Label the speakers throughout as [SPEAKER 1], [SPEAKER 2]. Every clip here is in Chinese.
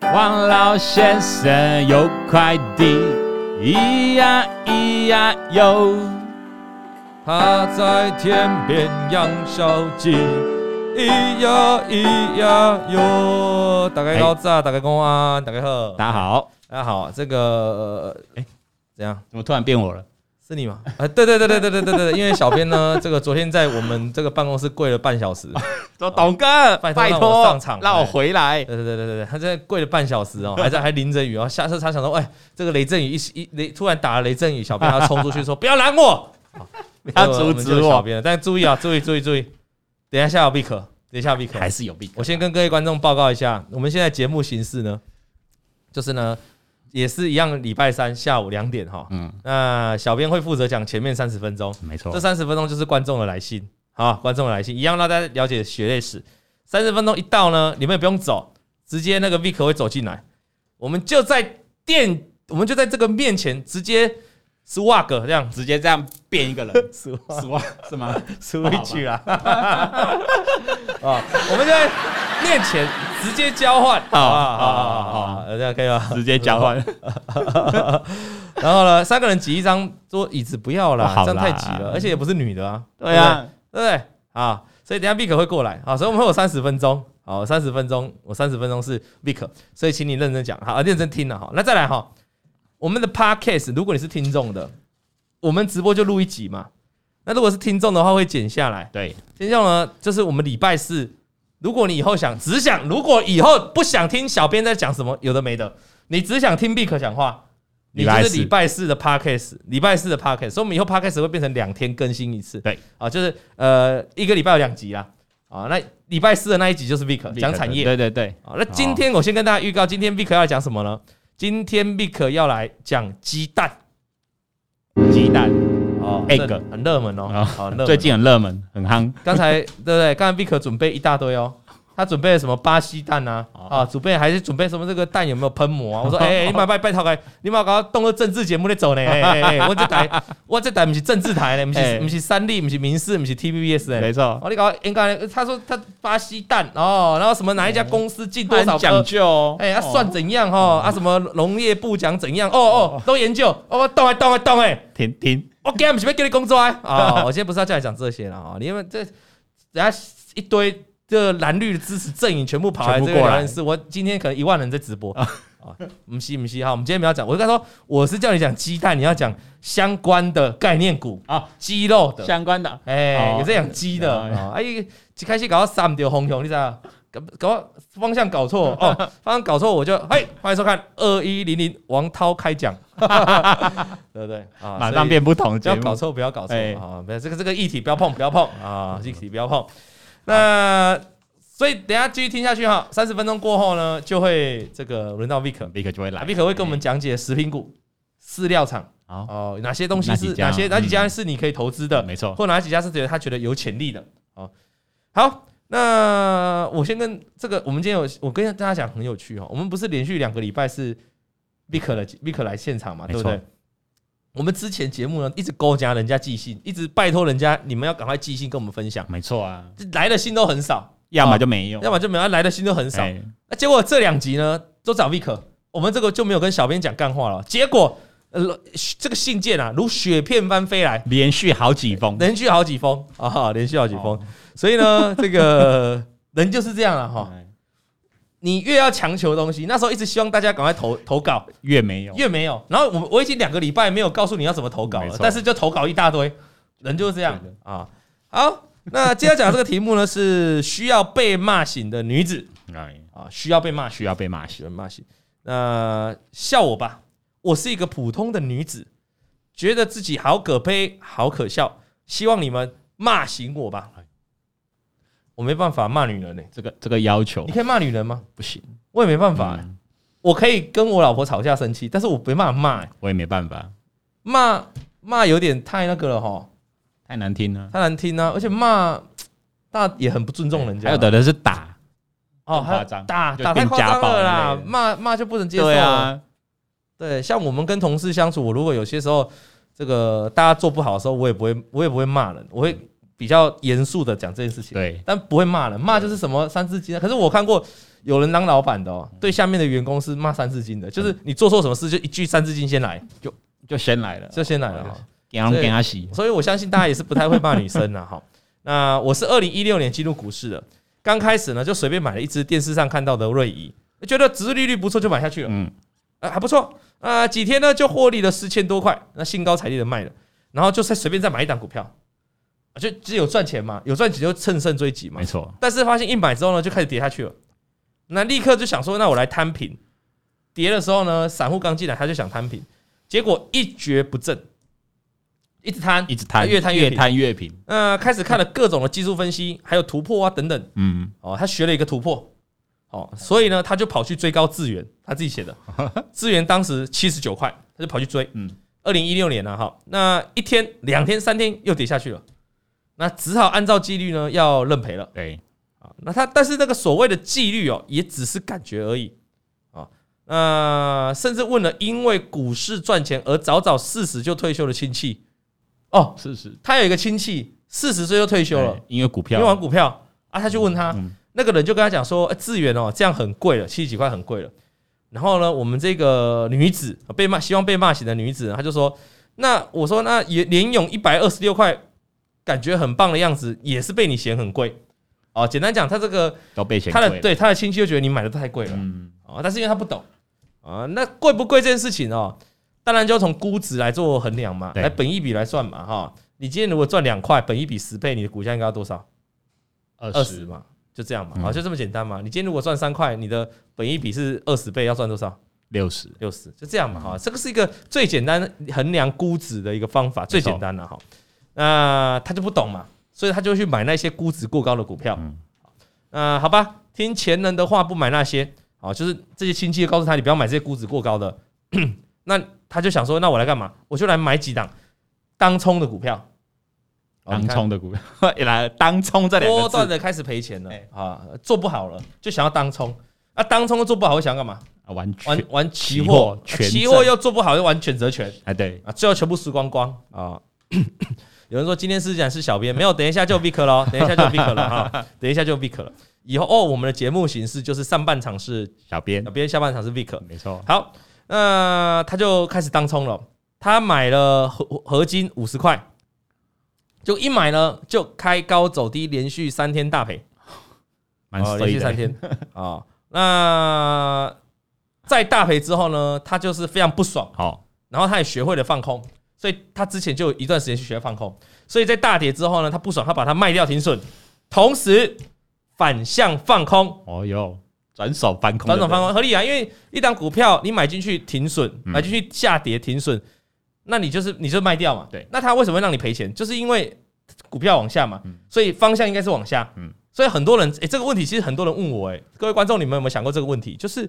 [SPEAKER 1] 王老先生有快递，咿呀咿呀哟，
[SPEAKER 2] 他在田边养小鸡，咿呀咿呀哟。打开高炸，打开公安，打开贺。
[SPEAKER 1] 大家好，
[SPEAKER 2] 大家好，这个哎、怎样？
[SPEAKER 1] 怎么突然变我了？
[SPEAKER 2] 是你吗？啊，对对对对对对对对，因为小编呢，这个昨天在我们这个办公室跪了半小时，
[SPEAKER 1] 说董哥，
[SPEAKER 2] 拜托
[SPEAKER 1] 哦拜
[SPEAKER 2] 让
[SPEAKER 1] 托
[SPEAKER 2] 我上场
[SPEAKER 1] 让我回来。
[SPEAKER 2] 对对对对对，他在跪了半小时哦，还在还淋着雨哦。下车他想说，哎，这个雷阵雨一一雷突然打了雷阵雨，小编他冲出去说不要拦我，
[SPEAKER 1] 不要阻
[SPEAKER 2] 我
[SPEAKER 1] 止
[SPEAKER 2] 们就有小
[SPEAKER 1] 我，
[SPEAKER 2] 编了，但注意啊，注意注意注意，等一下有必可，等一下有必可。
[SPEAKER 1] 还是有病。
[SPEAKER 2] 我先跟各位观众报告一下，我们现在节目形式呢，就是呢，也是一样，礼拜三下午两点哈。
[SPEAKER 1] 嗯，哦
[SPEAKER 2] 那小编会负责讲前面三十分钟，
[SPEAKER 1] 没错
[SPEAKER 2] 这，三十分钟就是观众的来信啊，观众的来信一样让大家了解血泪史。三十分钟一到呢，你们也不用走，直接那个 Vic 会走进来，我们就在店，我们就在这个面前直接 swag 这样，
[SPEAKER 1] 直接这样变一个人
[SPEAKER 2] swag
[SPEAKER 1] 是吗？ 是吗？
[SPEAKER 2] Switch 啊，啊，我们在面前直接交换，
[SPEAKER 1] 好
[SPEAKER 2] 啊
[SPEAKER 1] 好
[SPEAKER 2] 好
[SPEAKER 1] 好
[SPEAKER 2] 好，这样可以吗？
[SPEAKER 1] 直接交换，
[SPEAKER 2] 然后呢，三个人挤一张桌椅子，不要
[SPEAKER 1] 不
[SPEAKER 2] 啦，
[SPEAKER 1] 好啦
[SPEAKER 2] 这样太挤了，而且也不是女的啊，
[SPEAKER 1] 对啊，
[SPEAKER 2] 对不对，对不对啊，所以等一下 Vick 会过来啊，所以我们会有三十分钟，好，三十分钟，我三十分钟是 Vick，所以请你认真讲，好，认真听了哈，那再来哈，我们的 Podcast，如果你是听众的，我们直播就录一集嘛，那如果是听众的话，会剪下来。
[SPEAKER 1] 对，
[SPEAKER 2] 听众呢，就是我们礼拜四，如果你以后想只想，如果以后不想听小编在讲什么有的没的，你只想听 Big 讲话，你
[SPEAKER 1] 礼
[SPEAKER 2] 就
[SPEAKER 1] 拜四
[SPEAKER 2] 是礼拜四的 Podcast，礼拜四的 Podcast，所以我们以后 Podcast 会变成两天更新一次。
[SPEAKER 1] 对，
[SPEAKER 2] 啊，就是呃一个礼拜有两集啦，啊，那礼拜四的那一集就是 Big 讲产业。
[SPEAKER 1] 对对对，
[SPEAKER 2] 啊，那今天我先跟大家预告，今天 Big 要讲什么呢？今天 Big 要来讲鸡蛋
[SPEAKER 1] 鸡蛋
[SPEAKER 2] 哦
[SPEAKER 1] Egg
[SPEAKER 2] 这很热门哦，
[SPEAKER 1] 啊
[SPEAKER 2] 好热门哦
[SPEAKER 1] 最近很热门，很夯，
[SPEAKER 2] 刚才对不对？刚才 Vick 准备一大堆哦，他准备了什么巴西蛋啊，
[SPEAKER 1] 哦
[SPEAKER 2] 啊，准备还是准备什么这个蛋有没有喷 膜啊？我说，哎、哎你买拜拜托开，你把搞动个政治节目在走呢，哎哎 哎，我这台我这台不是政治台呢，不是、
[SPEAKER 1] 哎
[SPEAKER 2] 不是三立，不是民视，不是 TVBS 呢
[SPEAKER 1] 没。错，
[SPEAKER 2] 哦，你搞应该他说他巴西蛋哦，然后什么哪一家公司进多少
[SPEAKER 1] 很讲
[SPEAKER 2] 颗？
[SPEAKER 1] 究哦，
[SPEAKER 2] 哎，他、
[SPEAKER 1] 哦
[SPEAKER 2] 算怎样哦？啊，什么农业部讲怎样？哦哦，都研究，哦，我懂哎懂哎懂哎。
[SPEAKER 1] 停停，
[SPEAKER 2] 我今日不是要叫你工作啊！哦，我 今天不是要叫你讲这些了啊、哦，你们这人家一堆这蓝绿的支持阵营全部跑来这
[SPEAKER 1] 全部
[SPEAKER 2] 个
[SPEAKER 1] 过
[SPEAKER 2] 聊
[SPEAKER 1] 来
[SPEAKER 2] 天室，我今天可能一万人在直播啊，唔西唔西哈，我们今天没有讲，我就跟他说我是叫你讲鸡蛋，你要讲相关的概念股
[SPEAKER 1] 啊，
[SPEAKER 2] 鸡肉的，
[SPEAKER 1] 相关的
[SPEAKER 2] 哎，
[SPEAKER 1] 哦
[SPEAKER 2] 有在讲鸡的
[SPEAKER 1] 哎
[SPEAKER 2] 啊，哎，一开始搞到三丢红熊，你知道？搞搞方向搞错哦，方向搞错我就嘿，欢迎收看二一零零王涛开 讲， 对不对？
[SPEAKER 1] 马
[SPEAKER 2] 啊所以
[SPEAKER 1] 上变不同的
[SPEAKER 2] 不
[SPEAKER 1] 节
[SPEAKER 2] 要
[SPEAKER 1] 目
[SPEAKER 2] 搞，错，不要搞错
[SPEAKER 1] 哎嗯
[SPEAKER 2] 啊！不要这个这个议题不要碰，不要碰啊！议题不要碰。那所以等一下继续听下去哈，三十分钟过后呢，就会这个轮到 Vick，
[SPEAKER 1] 立刻就会
[SPEAKER 2] 啊
[SPEAKER 1] 来，
[SPEAKER 2] Vick 会跟我们讲解食品股、饲料厂
[SPEAKER 1] 好，
[SPEAKER 2] 哦，哪些东西是
[SPEAKER 1] 哪几家
[SPEAKER 2] 哪些哪几家
[SPEAKER 1] 嗯
[SPEAKER 2] 是你可以投资的，
[SPEAKER 1] 没错，
[SPEAKER 2] 或哪几家是觉得他觉得有潜力的。哦，好，那我先跟这个，我们今天有我跟大家讲很有趣哦，我们不是连续两个礼拜是 Vick 的 Vick 来现场嘛，
[SPEAKER 1] 没
[SPEAKER 2] 对不
[SPEAKER 1] 错
[SPEAKER 2] 对？我们之前节目呢，一直勾加人家寄信，一直拜托人家你们要赶快寄信跟我们分享，
[SPEAKER 1] 没错啊，
[SPEAKER 2] 来的信都很少，
[SPEAKER 1] 要么就没有，
[SPEAKER 2] 要么就没有来的信都很少。
[SPEAKER 1] 哎
[SPEAKER 2] 那结果这两集呢都找 Vick，我们这个就没有跟小编讲干话了。结果呃，这个信件啊如雪片般飞来，
[SPEAKER 1] 连续好几封，
[SPEAKER 2] 连续好几封啊，连续好几封。哦所以呢，这个 人就是这样了哈。
[SPEAKER 1] 哎
[SPEAKER 2] 你越要强求东西，那时候一直希望大家赶快投投稿，
[SPEAKER 1] 越没有，
[SPEAKER 2] 越没有。然后我我已经两个礼拜没有告诉你要怎么投稿
[SPEAKER 1] 没
[SPEAKER 2] 了
[SPEAKER 1] 错，
[SPEAKER 2] 但是就投稿一大堆，人就是这样
[SPEAKER 1] 对的
[SPEAKER 2] 啊。好，那接下来讲这个题目呢是需要被骂醒的女子
[SPEAKER 1] 哎
[SPEAKER 2] 啊，需要被骂醒，
[SPEAKER 1] 需要被骂
[SPEAKER 2] 喜
[SPEAKER 1] 醒，
[SPEAKER 2] 欢骂醒。那笑我吧，我是一个普通的女子，觉得自己好可悲，好可笑，希望你们骂醒我吧。
[SPEAKER 1] 哎
[SPEAKER 2] 我没办法骂女人呢、
[SPEAKER 1] 这个这个要求
[SPEAKER 2] 你可以骂女人吗？
[SPEAKER 1] 不行，
[SPEAKER 2] 我也没办法欸、
[SPEAKER 1] 嗯
[SPEAKER 2] 我可以跟我老婆吵架生气，但是我没办法骂欸、
[SPEAKER 1] 我也没办法，
[SPEAKER 2] 骂骂有点太那个了哈，
[SPEAKER 1] 太难听了，
[SPEAKER 2] 太难听啊，而且骂那也很不尊重人家。
[SPEAKER 1] 还有的人是打，
[SPEAKER 2] 哦，
[SPEAKER 1] 更
[SPEAKER 2] 还有
[SPEAKER 1] 夸张
[SPEAKER 2] 打
[SPEAKER 1] 就
[SPEAKER 2] 打太
[SPEAKER 1] 变
[SPEAKER 2] 夸
[SPEAKER 1] 家
[SPEAKER 2] 张
[SPEAKER 1] 暴
[SPEAKER 2] 了啦
[SPEAKER 1] 之类，的
[SPEAKER 2] 骂骂就不能接受
[SPEAKER 1] 对
[SPEAKER 2] 了。
[SPEAKER 1] 啊，
[SPEAKER 2] 对，像我们跟同事相处，我如果有些时候这个大家做不好的时候，我也不会，我也不会骂人，我会比较严肃的讲这件事情，
[SPEAKER 1] 对，
[SPEAKER 2] 但不会骂人。骂就是什么三字经啊。可是我看过有人当老板的哦，对下面的员工是骂三字经的，就是你做错什么事就一句三字经先来，
[SPEAKER 1] 就先来了，哦啊
[SPEAKER 2] 就先来了哈。啊
[SPEAKER 1] 给他给他洗，
[SPEAKER 2] 所以我相信大家也是不太会骂女生啦。哈。那我是二零一六年进入股市的，刚开始呢就随便买了一只电视上看到的瑞仪，觉得殖利率不错就买下去了，
[SPEAKER 1] 嗯，
[SPEAKER 2] 啊还不错，啊几天呢就获利了四千多块，那兴高采烈的卖了，然后就再随便再买一档股票，啊就只有赚钱嘛，有赚钱就乘胜追击嘛
[SPEAKER 1] 没，错，
[SPEAKER 2] 但是发现一买之后呢就开始跌下去了，那立刻就想说那我来摊平，跌的时候呢散户刚进来他就想摊平，结果一蹶不振，一直摊
[SPEAKER 1] 一直摊
[SPEAKER 2] 越摊越
[SPEAKER 1] 越
[SPEAKER 2] 平
[SPEAKER 1] 摊越平，
[SPEAKER 2] 那开始看了各种的技术分析，还有突破啊等等。
[SPEAKER 1] 嗯，
[SPEAKER 2] 哦，他学了一个突破，哦，所以呢，他就跑去追高智源，他自己写的。智源当时七十九块，他就跑去追。嗯
[SPEAKER 1] 嗯，
[SPEAKER 2] 二零一六年了、啊哈，那一天、两天、三天又跌下去了，那只好按照纪律呢要认赔了。
[SPEAKER 1] 对，
[SPEAKER 2] 啊。那他但是那个所谓的纪律哦，也只是感觉而已啊。那甚至问了因为股市赚钱而早早四十就退休的亲戚，哦，
[SPEAKER 1] 是是，
[SPEAKER 2] 他有一个亲戚四十岁就退休了
[SPEAKER 1] 对，，因为股
[SPEAKER 2] 因
[SPEAKER 1] 票
[SPEAKER 2] 为玩股票啊，他就问他，
[SPEAKER 1] 嗯
[SPEAKER 2] 那个人就跟他讲说，欸智源哦，这样很贵了，七十几块很贵了。然后呢，我们这个女子被骂，希望被骂醒的女子呢，她就说，那我说那也联勇一百二十六块，感觉很棒的样子，也是被你嫌很贵。哦，简单讲，他这个
[SPEAKER 1] 都被嫌
[SPEAKER 2] 他的
[SPEAKER 1] 贵，，
[SPEAKER 2] 对他的亲戚就觉得你买的太贵了。
[SPEAKER 1] 嗯，
[SPEAKER 2] 啊、但是因为他不懂啊，那贵不贵这件事情哦，当然就要从估值来做衡量嘛，
[SPEAKER 1] 对
[SPEAKER 2] 来本一比来算嘛，哈。你今天如果赚两块，本一比十倍，你的股价应该要多少？二
[SPEAKER 1] 二
[SPEAKER 2] 十
[SPEAKER 1] 十
[SPEAKER 2] 嘛，就这样嘛，
[SPEAKER 1] 嗯
[SPEAKER 2] 啊，就这么简单嘛。你今天如果赚三块，你的本一比是二十倍，要赚多少？
[SPEAKER 1] 六十，
[SPEAKER 2] 六十，就这样
[SPEAKER 1] 嗯
[SPEAKER 2] 嘛，哈。这个是一个最简单衡量估值的一个方法，最简单了哈。那他就不懂嘛，所以他就去买那些估值过高的股票。
[SPEAKER 1] 嗯
[SPEAKER 2] 嗯，好吧，听前人的话，不买那些哦，就是这些亲戚告诉他，你不要买这些估值过高的。 那他就想说，那我来干嘛？我就来买几档当冲的股票。哦
[SPEAKER 1] 当
[SPEAKER 2] 你看
[SPEAKER 1] 冲的股票， 一来当冲这两
[SPEAKER 2] 波
[SPEAKER 1] 个
[SPEAKER 2] 段
[SPEAKER 1] 字
[SPEAKER 2] 的开始赔钱了
[SPEAKER 1] 哎
[SPEAKER 2] 啊，做不好了就想要当冲，啊当冲又做不好，会想干嘛？
[SPEAKER 1] 啊完
[SPEAKER 2] 玩
[SPEAKER 1] 全
[SPEAKER 2] 玩期
[SPEAKER 1] 期
[SPEAKER 2] 货
[SPEAKER 1] 货，
[SPEAKER 2] 啊
[SPEAKER 1] 权
[SPEAKER 2] 期
[SPEAKER 1] 证
[SPEAKER 2] 货又做不好，又玩选择权
[SPEAKER 1] 哎对，
[SPEAKER 2] 啊，最后全部输光光啊。 有人说今天是讲是小编，没有，等一下就 Vick 了哦，等一下就 Vick 了哈，等一下就 Vick 了。以后哦，我们的节目形式就是上半场是
[SPEAKER 1] 小编
[SPEAKER 2] 小编，下半场是 Vick。
[SPEAKER 1] 没错，
[SPEAKER 2] 好，那他就开始当冲了。他买了合合金五十块，就一买呢就开高走低，连续三天大赔，
[SPEAKER 1] 蛮
[SPEAKER 2] 哦连
[SPEAKER 1] 衰
[SPEAKER 2] 续三
[SPEAKER 1] 的，
[SPEAKER 2] 天 啊、那在大赔之后呢，他就是非常不爽，
[SPEAKER 1] 好，
[SPEAKER 2] 然后他也学会了放空，所以他之前就有一段时间去学放空，所以在大跌之后呢，他不爽，他把它卖掉停损，同时反向放空，
[SPEAKER 1] 哦哟，转手翻空，
[SPEAKER 2] 转转翻，空合理啊，因为一档股票你买进去停损，
[SPEAKER 1] 嗯
[SPEAKER 2] 买进去下跌停损，那你就是你就卖掉嘛。
[SPEAKER 1] 对，
[SPEAKER 2] 那它为什么会让你赔钱？就是因为股票往下嘛，所以方向应该是往下。
[SPEAKER 1] 嗯
[SPEAKER 2] 所以很多人诶，这个问题其实很多人问我诶，各位观众你们有没有想过这个问题？就是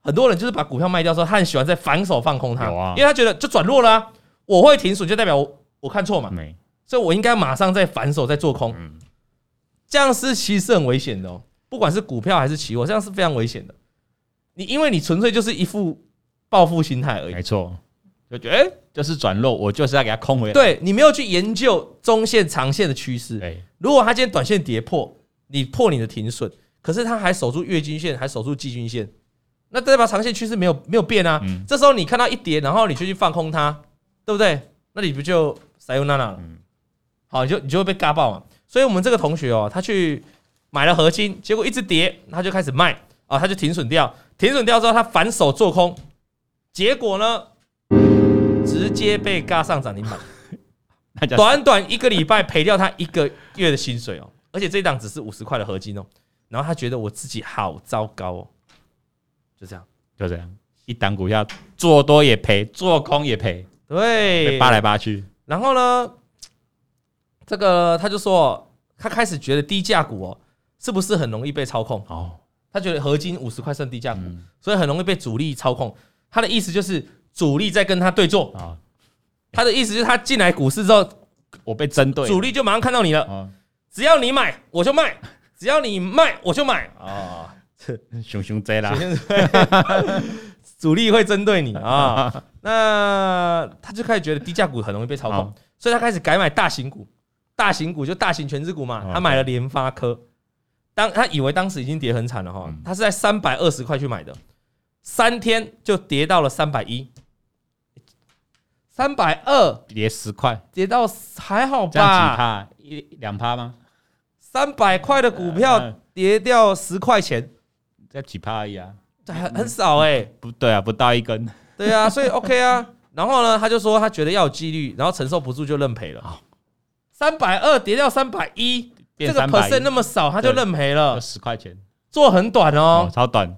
[SPEAKER 2] 很多人就是把股票卖掉之后，他很喜欢在反手放空它，
[SPEAKER 1] 有啊
[SPEAKER 2] 因为他觉得就转弱了啊、我会停损就代表我我看错嘛，
[SPEAKER 1] 没，
[SPEAKER 2] 所以我应该马上再反手再做空。
[SPEAKER 1] 嗯
[SPEAKER 2] 这样是其实是很危险的哦，不管是股票还是期货，这样是非常危险的。你因为你纯粹就是一副报复心态而已，
[SPEAKER 1] 没错，就觉得哎就是转弱，我就是要给他空回来，
[SPEAKER 2] 对你没有去研究中线、长线的趋势。
[SPEAKER 1] 对，
[SPEAKER 2] 如果它今天短线跌破，你破你的停损，可是它还守住月均线，还守住季均线，那代表长线趋势没有没有变啊。
[SPEAKER 1] 嗯
[SPEAKER 2] 这时候你看到一跌，然后你就去放空它，对不对？那你不就塞尤娜娜了？
[SPEAKER 1] 嗯
[SPEAKER 2] 好，你就你就会被嘎爆嘛。所以我们这个同学哦，他去买了合金，结果一直跌，他就开始卖啊，他就停损掉，停损掉之后他反手做空，结果呢，直接被嘎上涨停板。
[SPEAKER 1] 那叫
[SPEAKER 2] 短短一个礼拜赔掉他一个月的薪水哦，而且这一档只是五十块的合金哦，然后他觉得我自己好糟糕哦，就这样，
[SPEAKER 1] 就这样，一档股票做多也赔，做空也赔，被
[SPEAKER 2] 对
[SPEAKER 1] 扒，来扒去，
[SPEAKER 2] 然后呢，这个他就说他开始觉得低价股哦，是不是很容易被操控？
[SPEAKER 1] 哦，
[SPEAKER 2] 他觉得合金五十块算低价股，
[SPEAKER 1] 嗯
[SPEAKER 2] 所以很容易被主力操控。他的意思就是主力在跟他对坐，
[SPEAKER 1] 啊，
[SPEAKER 2] 他的意思就是他进来股市之后，
[SPEAKER 1] 我被针对，
[SPEAKER 2] 主力就马上看到你了，
[SPEAKER 1] 哦，
[SPEAKER 2] 只要你买我就卖，只要你卖我就买啊。
[SPEAKER 1] 熊熊贼啦
[SPEAKER 2] 首，先是主力会针对你 啊。那他就开始觉得低价股很容易被操控
[SPEAKER 1] 好，
[SPEAKER 2] 所以他开始改买大型股，大型股就大型全资股嘛
[SPEAKER 1] 嗯。
[SPEAKER 2] 他买了联发科，当他以为当时已经跌很惨了
[SPEAKER 1] 嗯
[SPEAKER 2] 哈，他是在三百二十块去买的，三天就跌到了三百一，三百二
[SPEAKER 1] 跌十块，
[SPEAKER 2] 跌到还好
[SPEAKER 1] 这样几
[SPEAKER 2] 吧，
[SPEAKER 1] 趴？一两趴吗？
[SPEAKER 2] 三百块的股
[SPEAKER 1] 呃
[SPEAKER 2] 票
[SPEAKER 1] 嗯
[SPEAKER 2] 跌掉十块钱，
[SPEAKER 1] 这样几趴而已啊，
[SPEAKER 2] 这很很少哎、
[SPEAKER 1] 不对啊，不到一根。
[SPEAKER 2] 对啊，所以 OK 啊。然后呢，他就说他觉得要有纪律，然后承受不住就认赔了
[SPEAKER 1] 好。
[SPEAKER 2] 三百二跌到三百一，
[SPEAKER 1] 变
[SPEAKER 2] 这个
[SPEAKER 1] 310
[SPEAKER 2] percent 那么少，他就
[SPEAKER 1] 对
[SPEAKER 2] 认赔了
[SPEAKER 1] 就，十块钱
[SPEAKER 2] 做很短
[SPEAKER 1] 哦
[SPEAKER 2] 哦，，
[SPEAKER 1] 超短，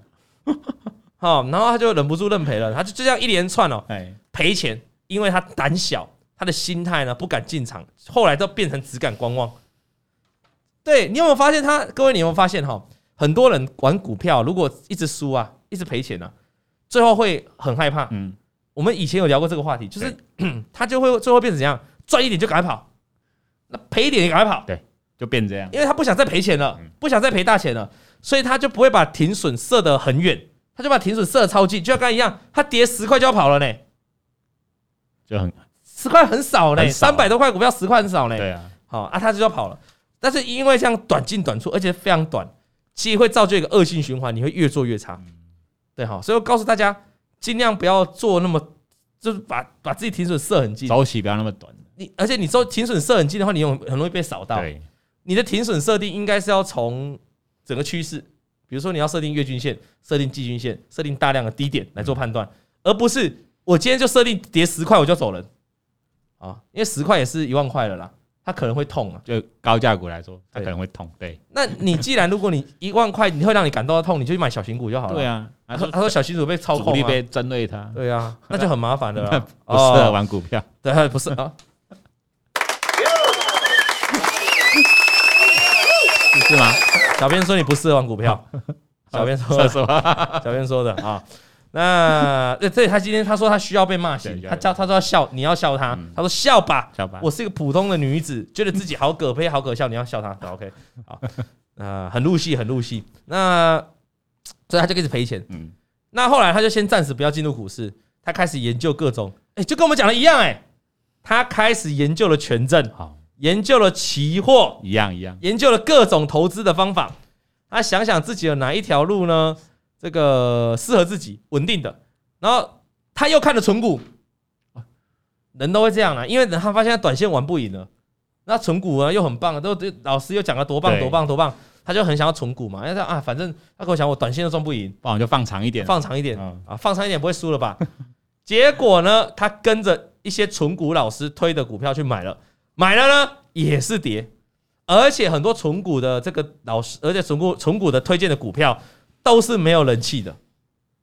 [SPEAKER 2] 好、然后他就忍不住认赔了，他就就这样一连串哦
[SPEAKER 1] 哎，
[SPEAKER 2] 赔钱，因为他胆小，他的心态呢不敢进场，后来都变成只敢观望。对你有没有发现他？各位，你有没有发现哈、很多人玩股票，如果一直输啊，一直赔钱啊，最后会很害怕。
[SPEAKER 1] 嗯，
[SPEAKER 2] 我们以前有聊过这个话题，就是 他就会最后变成怎样，赚一点就赶快跑，那赔一点也赶快跑，
[SPEAKER 1] 就变这样，
[SPEAKER 2] 因为他不想再赔钱
[SPEAKER 1] 嗯
[SPEAKER 2] 了，不想再赔大钱了，所以他就不会把停损设得很远，他就把停损设得超近，就像刚才一样，他跌十块就要跑了呢，
[SPEAKER 1] 就很
[SPEAKER 2] 十块很少呢，
[SPEAKER 1] 很少啊
[SPEAKER 2] 三百多块股票十块很少呢，
[SPEAKER 1] 对啊，
[SPEAKER 2] 好啊，他就要跑了，但是因为这样短进短出，而且非常短，其实会造就一个恶性循环，你会越做越差，
[SPEAKER 1] 嗯
[SPEAKER 2] 对好，所以我告诉大家，尽量不要做那么，就是把把自己停损设很近，
[SPEAKER 1] 周期不要那么短，
[SPEAKER 2] 你而且你收停损设很近的话，你用很容易被扫到。
[SPEAKER 1] 对，
[SPEAKER 2] 你的停损设定应该是要从整个趋势，比如说你要设定月均线、设定季均线、设定大量的低点来做判断，而不是我今天就设定跌十块我就走人啊，因为十块也是一万块了啦，它可能会痛啊。
[SPEAKER 1] 就高价股来说，它
[SPEAKER 2] 对
[SPEAKER 1] 可能会痛，对，
[SPEAKER 2] 那你既然如果你 一万块你会让你感到痛，你就去买小型股就好了。
[SPEAKER 1] 对 啊，
[SPEAKER 2] 他
[SPEAKER 1] 他
[SPEAKER 2] 说，
[SPEAKER 1] 说
[SPEAKER 2] 他说小型股被操
[SPEAKER 1] 主
[SPEAKER 2] 控、
[SPEAKER 1] 力
[SPEAKER 2] 啊，
[SPEAKER 1] 被针对它，。
[SPEAKER 2] 对啊，那就很麻烦的啦
[SPEAKER 1] 不适合
[SPEAKER 2] 哦
[SPEAKER 1] 玩股票，
[SPEAKER 2] 对，不是啊。
[SPEAKER 1] 是 吗？
[SPEAKER 2] 小编说你不适合玩 股票，小编说
[SPEAKER 1] 厕所
[SPEAKER 2] 小编说的啊。那对，对他今天他说他需要被骂醒，
[SPEAKER 1] 对嗯
[SPEAKER 2] 他叫他说要笑，你要笑他，他说笑吧，
[SPEAKER 1] 小白，
[SPEAKER 2] 我是一个普通的女子，觉得自己好可悲，好可笑，你要笑他好，OK，好，呃，很入戏，很入戏。那所以他就开始赔钱。
[SPEAKER 1] 嗯，
[SPEAKER 2] 那后来他就先暂时不要进入股市，他开始研究各种，哎、就跟我们讲的一样、哎，他开始研究了权证，
[SPEAKER 1] 好，
[SPEAKER 2] 研究了期货，
[SPEAKER 1] 一样一样，
[SPEAKER 2] 研究了各种投资的方法，他想想自己有哪一条路呢？这个适合自己稳定的，然后他又看了存股，人都会这样啦，啊因为他发现他短线玩不赢了，那存股呢又很棒，都都老师又讲了多棒
[SPEAKER 1] 对
[SPEAKER 2] 多棒多棒，他就很想要存股嘛，因为他啊反正他跟我讲我短线都赚不赢，
[SPEAKER 1] 不然我就放长一点，
[SPEAKER 2] 放长一点
[SPEAKER 1] 嗯
[SPEAKER 2] 啊，放长一点不会输了吧？ 结果呢，他跟着一些纯股老师推的股票去买了，买了呢也是跌，而且很多纯股的这个老师，而且纯股纯股的推荐的股票都是没有人气的。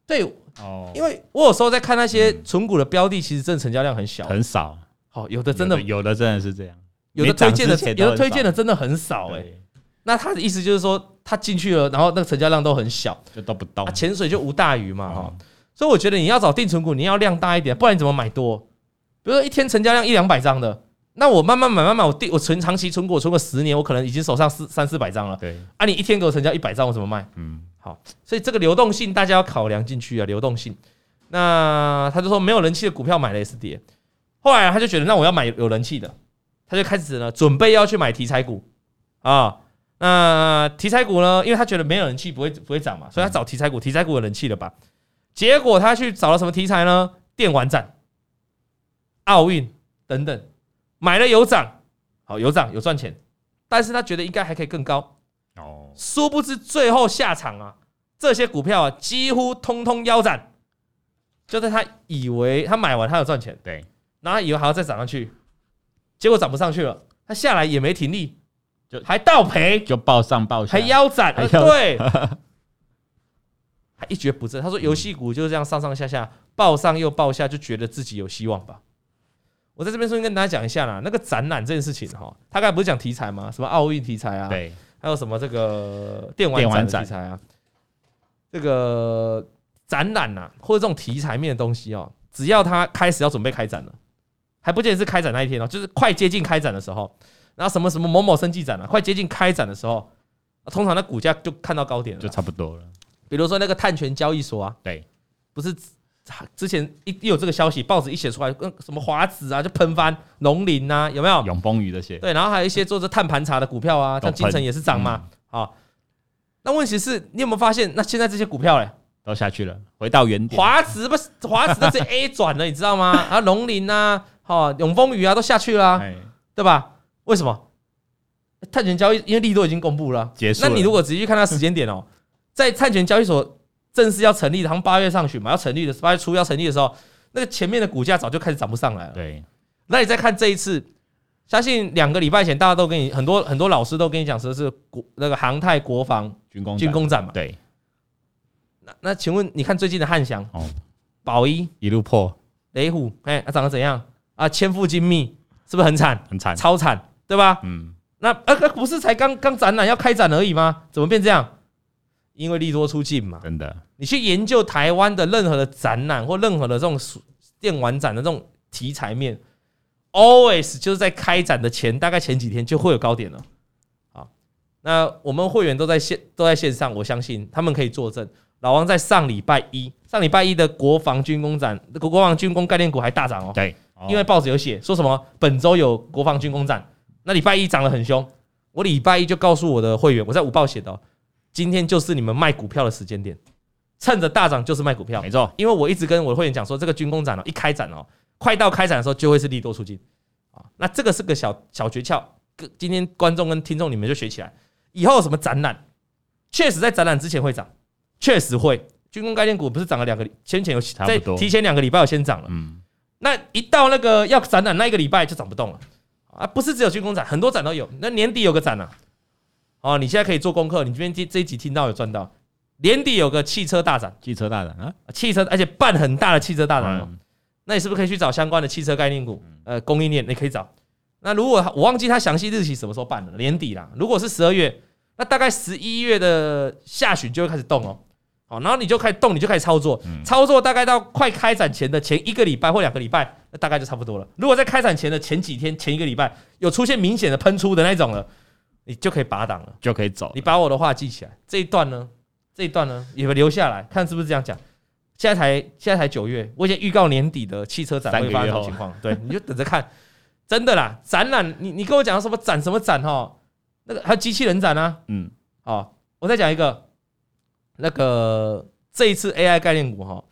[SPEAKER 2] 对，
[SPEAKER 1] 哦嗯
[SPEAKER 2] 因为我有时候在看那些纯股的标的，其实真的成交量很小，
[SPEAKER 1] 很少，
[SPEAKER 2] 好、有的真的
[SPEAKER 1] 有的真的是这样，
[SPEAKER 2] 有的推
[SPEAKER 1] 没涨之
[SPEAKER 2] 荐的
[SPEAKER 1] 前都
[SPEAKER 2] 有
[SPEAKER 1] 很
[SPEAKER 2] 的推荐的真的很少哎、
[SPEAKER 1] 对，
[SPEAKER 2] 那他的意思就是说，他进去了，然后那个成交量都很小，
[SPEAKER 1] 就都不动
[SPEAKER 2] 啊，，潜水就无大鱼嘛哈。
[SPEAKER 1] 哦
[SPEAKER 2] 所以我觉得你要找定存股，你要量大一点，不然你怎么买多？比如说一天成交量一两百张的，那我慢慢买，慢慢买我定我存长期存股，我存个十年，我可能已经手上四三四百张了。
[SPEAKER 1] 对，
[SPEAKER 2] 啊，你一天给我成交一百张，我怎么卖？
[SPEAKER 1] 嗯，
[SPEAKER 2] 所以这个流动性大家要考量进去啊，流动性。那他就说没有人气的股票买了也是跌，后来他就觉得那我要买有人气的，他就开始呢准备要去买题材股啊。那题材股呢，因为他觉得没有人气不会不会涨嘛，所以他找题材股，题材股有人气了吧？结果他去找了什么题材呢？电玩展、奥运等等，买了有涨，好有涨有赚钱，但是他觉得应该还可以更高，
[SPEAKER 1] 哦，
[SPEAKER 2] 殊不知最后下场啊，这些股票啊几乎通通腰斩，就在他以为他买完他有赚钱，
[SPEAKER 1] 对，
[SPEAKER 2] 然后他以为还要再涨上去，结果涨不上去了，他下来也没停力，
[SPEAKER 1] 就
[SPEAKER 2] 还倒赔，
[SPEAKER 1] 就报上报下，
[SPEAKER 2] 还腰斩，
[SPEAKER 1] 还腰
[SPEAKER 2] 呃
[SPEAKER 1] 斩
[SPEAKER 2] 对， 还一蹶不振。他说
[SPEAKER 1] 嗯
[SPEAKER 2] 游戏股就是这样上上下下，报上又报下，就觉得自己有希望吧。我在这边顺便跟大家讲一下啦，那个展览这件事情哈，他刚才不是讲题材吗？什么奥运题材啊，
[SPEAKER 1] 对，
[SPEAKER 2] 还有什么这个电
[SPEAKER 1] 电
[SPEAKER 2] 玩
[SPEAKER 1] 玩
[SPEAKER 2] 展
[SPEAKER 1] 展
[SPEAKER 2] 的题材啊，这个展览呐、或者这种题材面的东西哦，只要它开始要准备开展了，还不见得是开展那一天哦，就是快接近开展的时候，然后什么什么某某生技展啊，快接近开展的时候，啊通常那股价就看到高点了
[SPEAKER 1] 就
[SPEAKER 2] 啦。
[SPEAKER 1] 差不多了，
[SPEAKER 2] 比如说那个碳权交易所啊，
[SPEAKER 1] 对，
[SPEAKER 2] 不是之前一一有这个消息，报纸一写出来，跟什么华子啊就喷翻，农林啊有没有？
[SPEAKER 1] 永丰鱼这些，哦
[SPEAKER 2] 对，然后还有一些做这碳盘查的股票啊，像
[SPEAKER 1] 都
[SPEAKER 2] 金
[SPEAKER 1] 喷
[SPEAKER 2] 城也是涨嘛，啊，那问题是你有没有发现，那现在这些股票嘞，
[SPEAKER 1] 都下去了，回到原点。
[SPEAKER 2] 华指不是华指那是 A 转了，你知 道吗？啊，龙林啊，哦，永丰宇啊，都下去了啊、
[SPEAKER 1] 哎，
[SPEAKER 2] 对吧？为什么？碳权交易因为利都已经公布了啊，
[SPEAKER 1] 结束
[SPEAKER 2] 那
[SPEAKER 1] 了
[SPEAKER 2] 你如果仔细看它时间点哦，在碳权交易所正式要成立的，好像八月上旬嘛，要成立的八月初要成立的时候，那个前面的股价早就开始涨不上来了。
[SPEAKER 1] 对，
[SPEAKER 2] 那你再看这一次，相信两个礼拜前大家都跟你很多很多老师都跟你讲说是国那个航太国防
[SPEAKER 1] 军工
[SPEAKER 2] 军
[SPEAKER 1] 展
[SPEAKER 2] 工展嘛。
[SPEAKER 1] 对，
[SPEAKER 2] 那那请问你看最近的汉翔、
[SPEAKER 1] 哦
[SPEAKER 2] 宝一、
[SPEAKER 1] 一路破，
[SPEAKER 2] 雷虎，哎、啊涨得怎样啊？千富精密是不是很惨？
[SPEAKER 1] 很惨。
[SPEAKER 2] 超惨，对吧？
[SPEAKER 1] 嗯，
[SPEAKER 2] 那呃、啊，不是才刚刚展览要开展而已吗？怎么变这样？因为利多出尽嘛。
[SPEAKER 1] 真的，
[SPEAKER 2] 你去研究台湾的任何的展览或任何的这种属电玩展的这种题材面，always 就是在开展的前大概前几天就会有高点了。好，那我们会员都在线都在线上，我相信他们可以作证。老王在上礼拜一，上礼拜一的国防军工展，国国防军工概念股还大涨哦，
[SPEAKER 1] 对，
[SPEAKER 2] 因为报纸有写说什么本周有国防军工展，那礼拜一涨得很凶。我礼拜一就告诉我的会员，我在午报写的、哦，今天就是你们卖股票的时间点，趁着大涨就是卖股票
[SPEAKER 1] 没。错，
[SPEAKER 2] 因为我一直跟我的会员讲说，这个军工展哦，一开展哦，快到开展的时候就会是利多出尽啊。那这个是个小小诀窍，各今天观众跟听众你们就学起来，以后有什么展览，确实在展览之前会涨，确实会。军工概念股不是涨了两个礼，先前有
[SPEAKER 1] 差
[SPEAKER 2] 在
[SPEAKER 1] 不多
[SPEAKER 2] 提前两个礼拜有先涨了。
[SPEAKER 1] 嗯，
[SPEAKER 2] 那一到那个要展览那一个礼拜就涨不动了啊！不是只有军工展，很多展都有。那年底有个展啊，哦，你现在可以做功课，你这边这这一集听到有赚到。年底有个汽车大展，
[SPEAKER 1] 汽车大展啊，
[SPEAKER 2] 汽车而且办很大的汽车大展哦。
[SPEAKER 1] 嗯
[SPEAKER 2] 那你是不是可以去找相关的汽车概念股？呃，供应链你可以找。那如果我忘记它详细日期什么时候办了，年底啦。如果是十二月，那大概十一月的下旬就会开始动哦。好，然后你就开始动，你就开始操作，操作大概到快开展前的前一个礼拜或两个礼拜，那大概就差不多了。如果在开展前的前几天、前一个礼拜有出现明显的喷出的那种了，你就可以拔档了。
[SPEAKER 1] 就可以走
[SPEAKER 2] 你。把我的话记起来，这一段呢，这一段呢，也留下来看是不是这样讲。现在才现在才九月，我已经预告年底的汽车展会发生什么情况，对，你就等着看。真的啦，展览，你你跟我讲什么展什么展哈，那个还有机器人展啊，
[SPEAKER 1] 嗯，
[SPEAKER 2] 哦，我再讲一个，那个这一次 AI 概念股哈、